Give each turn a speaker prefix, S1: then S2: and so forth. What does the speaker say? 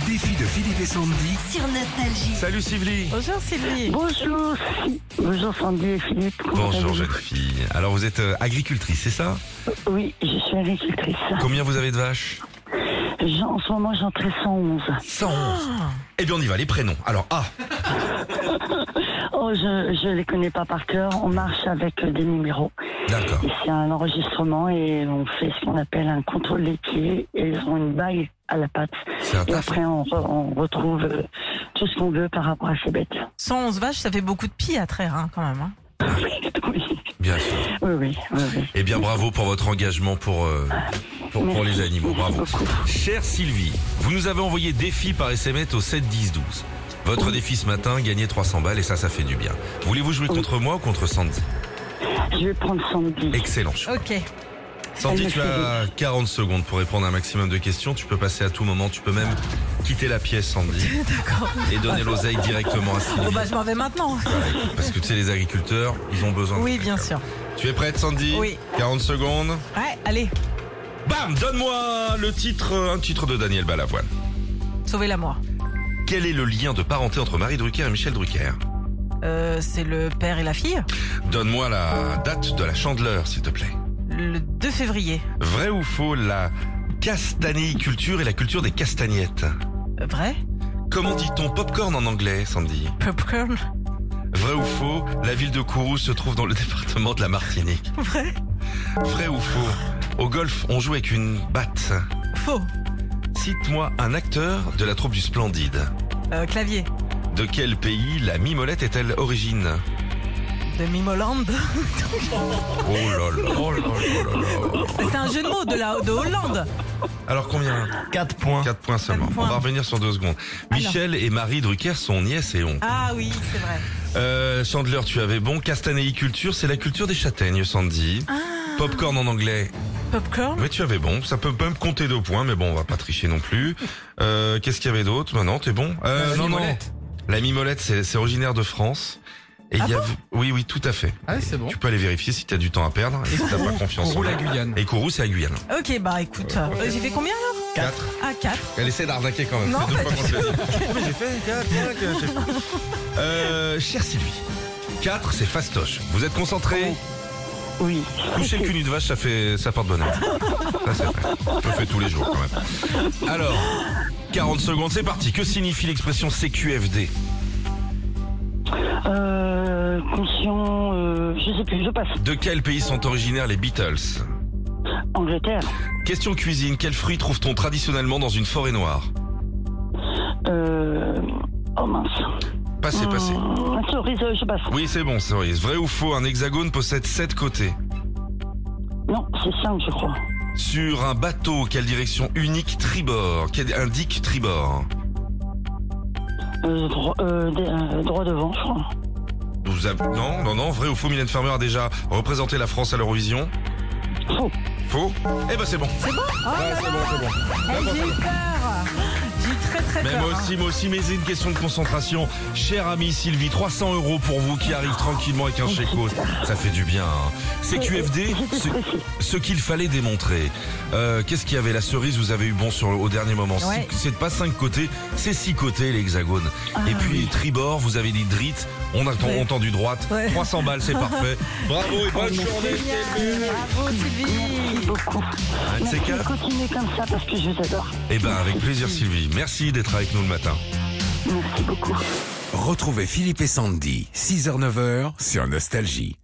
S1: Philippe et Sandy.
S2: sur Nostalgie.
S1: Salut Sylvie.
S3: Bonjour Sylvie.
S4: Bonjour, Fi- bonjour Sandy et Philippe. Comment
S1: Bonjour
S4: allez-vous
S1: jeune fille. Alors vous êtes euh, agricultrice, c'est ça
S4: Oui, je suis agricultrice.
S3: Ah.
S1: Combien vous avez de vaches
S4: J'en- En ce moment, j'en traite 111.
S1: 111.
S3: Ah.
S1: Eh bien on y va, les prénoms. Alors A,
S4: Oh, je ne les connais pas par cœur. On marche avec euh, des numéros.
S1: d'accord.
S4: Et c'est un enregistrement et on fait ce qu'on appelle un contrôle laitier. Et ils ont une bague à la patte.
S1: C'est un
S4: Et
S1: taf.
S4: après, on, re- on retrouve euh, tout ce qu'on veut par rapport à ces bêtes.
S3: 111 vaches, ça fait beaucoup de pieds à traire hein, quand même. hein.
S1: Ah.
S4: Oui,
S1: Bien sûr.
S4: oui, oui. oui, oui.
S1: Eh bien bravo pour votre engagement pour, euh, pour, pour les
S4: Merci.
S1: animaux.
S4: Merci
S1: Bravo.
S4: beaucoup.
S1: Chère Sylvie, vous nous avez envoyé défi par SMS au 7 10 12. Votre défi ce matin, gagner 300 balles et ça, ça fait du bien. Voulez-vous jouer contre moi ou contre Sandy
S4: Je vais prendre Sandy.
S1: Excellent. choix.
S3: Ok.
S1: Sandy,
S4: Elle
S1: tu
S4: me fait
S1: as 40 secondes pour répondre à un maximum de questions. Tu peux passer à tout moment. Tu peux même quitter la pièce, Sandy,
S3: D'accord.
S1: et donner l'oseille directement à
S3: Bon
S1: Sylvie.
S3: bah je m'en vais maintenant.
S1: Parce que tu sais, les agriculteurs, ils ont besoin. de
S3: Oui, bien
S1: quelqu'un.
S3: sûr.
S1: Tu es prête, Sandy
S3: Oui.
S1: 40 secondes.
S3: Ouais, allez,
S1: Bam Donne-moi le titre, euh, un titre de Daniel Balavoine.
S3: sauvez-la moi.
S1: Quel est le lien de parenté entre Marie Drucker et Michel Drucker
S3: Euh, c'est le père et la fille.
S1: Donne-moi la date de la chandeleur, s'il te plaît.
S3: Le 2 février.
S1: Vrai ou faux, la castanéiculture et la culture des castagnettes
S3: Euh, Vrai
S1: Comment dit-on popcorn en anglais, Sandy
S3: Popcorn.
S1: Vrai ou faux, la ville de Kourou se trouve dans le département de la Martinique.
S3: Vrai
S1: Vrai ou faux, au golf, on joue avec une batte.
S3: Faux.
S1: Cite-moi un acteur de la troupe du Splendide.
S3: Euh, clavier.
S1: De quel pays la mimolette est-elle origine
S3: De Mimoland.
S1: Oh là là, oh là là là là.
S3: C'est un jeu de mots de, la, de Hollande.
S1: Alors combien 4 points. 4 points seulement.
S3: Quatre points.
S1: On va revenir sur deux secondes. Michel et Marie Drucker sont nièces et oncles.
S3: Ah oui, c'est vrai.
S1: Euh, Chandler, tu avais bon. Castanéiculture, c'est la culture des châtaignes, Sandy.
S3: Ah.
S1: Popcorn en anglais,
S3: Popcorn.
S1: Mais tu avais bon, ça peut même compter deux points, mais bon, on va pas tricher non plus. Euh, Qu'est-ce qu'il y avait d'autre Maintenant, t'es bon euh,
S5: La
S1: Non,
S5: mimolette.
S1: non. La mimolette, c'est c'est originaire de France. Et il y a... Oui, oui, tout à fait.
S5: Ah, c'est bon.
S1: Tu peux aller vérifier si t'as du temps à perdre et si t'as pas confiance en
S5: Kourou, la
S1: elle.
S5: Guyane.
S1: Et Kourou, c'est la Guyane.
S3: Ok, bah écoute. euh, J'ai fait combien alors
S1: 4.
S3: Ah, 4.
S1: Elle essaie d'arnaquer quand même.
S3: Non,
S1: C'est deux
S3: pas
S1: fois
S3: du
S1: qu'on te l'a dit. Mais j'ai fait 4, Euh, chère Sylvie, 4, c'est fastoche. Vous êtes concentrés
S4: Oui.
S1: Coucher le cul nu de vache, ça fait, ça porte bonheur. Ça, c'est vrai. Je le fais tous les jours, quand même. Alors, 40 secondes, c'est parti. Que signifie l'expression CQFD
S4: Euh, conscient, euh, je sais plus, je passe.
S1: De quel pays sont originaires les Beatles
S4: Angleterre.
S1: Question cuisine, quel fruit trouve-t-on traditionnellement dans une forêt noire
S4: Euh, oh mince.
S1: Passé, passé.
S4: Hum, cerise, euh, je passe.
S1: Oui, c'est bon, c'est vrai. Vrai ou faux, un hexagone possède 7 côtés.
S4: Non, c'est simple, je crois.
S1: Sur un bateau, quelle direction unique tribord Quel indique tribord
S4: Euh, dro- euh, dé- euh, droit devant, je crois.
S1: Vous avez- Non, non, non, vrai ou faux, Mylène Farmer a déjà représenté la France à l'Eurovision
S4: Faux.
S1: Faux Eh ben c'est bon. C'est bon Ouais, Ah, c'est bon, c'est bon.
S3: Eh, J'ai eu peur. J'ai eu très très
S1: Mais
S3: peur.
S1: moi
S3: hein.
S1: aussi, moi aussi, mais c'est une question de concentration. Cher ami Sylvie, 300 euros pour vous qui arrive tranquillement avec un chèque hausse. Ça fait du bien. hein. CQFD,
S4: Euh,
S1: ce, ce qu'il fallait démontrer. Euh, Qu'est-ce qu'il y avait La cerise, vous avez eu bon sur le- au dernier moment. Six-
S3: Ouais. Ah,
S1: C'est pas cinq côtés, c'est six côtés l'hexagone. Et puis tribord, vous avez dit drite. On a on
S3: Ouais.
S1: entendu droite.
S3: Ouais. Oh,
S1: 300 balles, c'est parfait. Bravo et bonne journée.
S3: Génial. Bravo Sylvie.
S4: Merci beaucoup.
S1: Un de ces
S4: Merci,
S1: quatre.
S4: continuez comme ça parce que je vous adore.
S1: Eh ben avec plaisir Sylvie. Merci d'être avec nous le matin.
S4: Merci beaucoup.
S6: Retrouvez Philippe et Sandy, 6h-9h sur Nostalgie.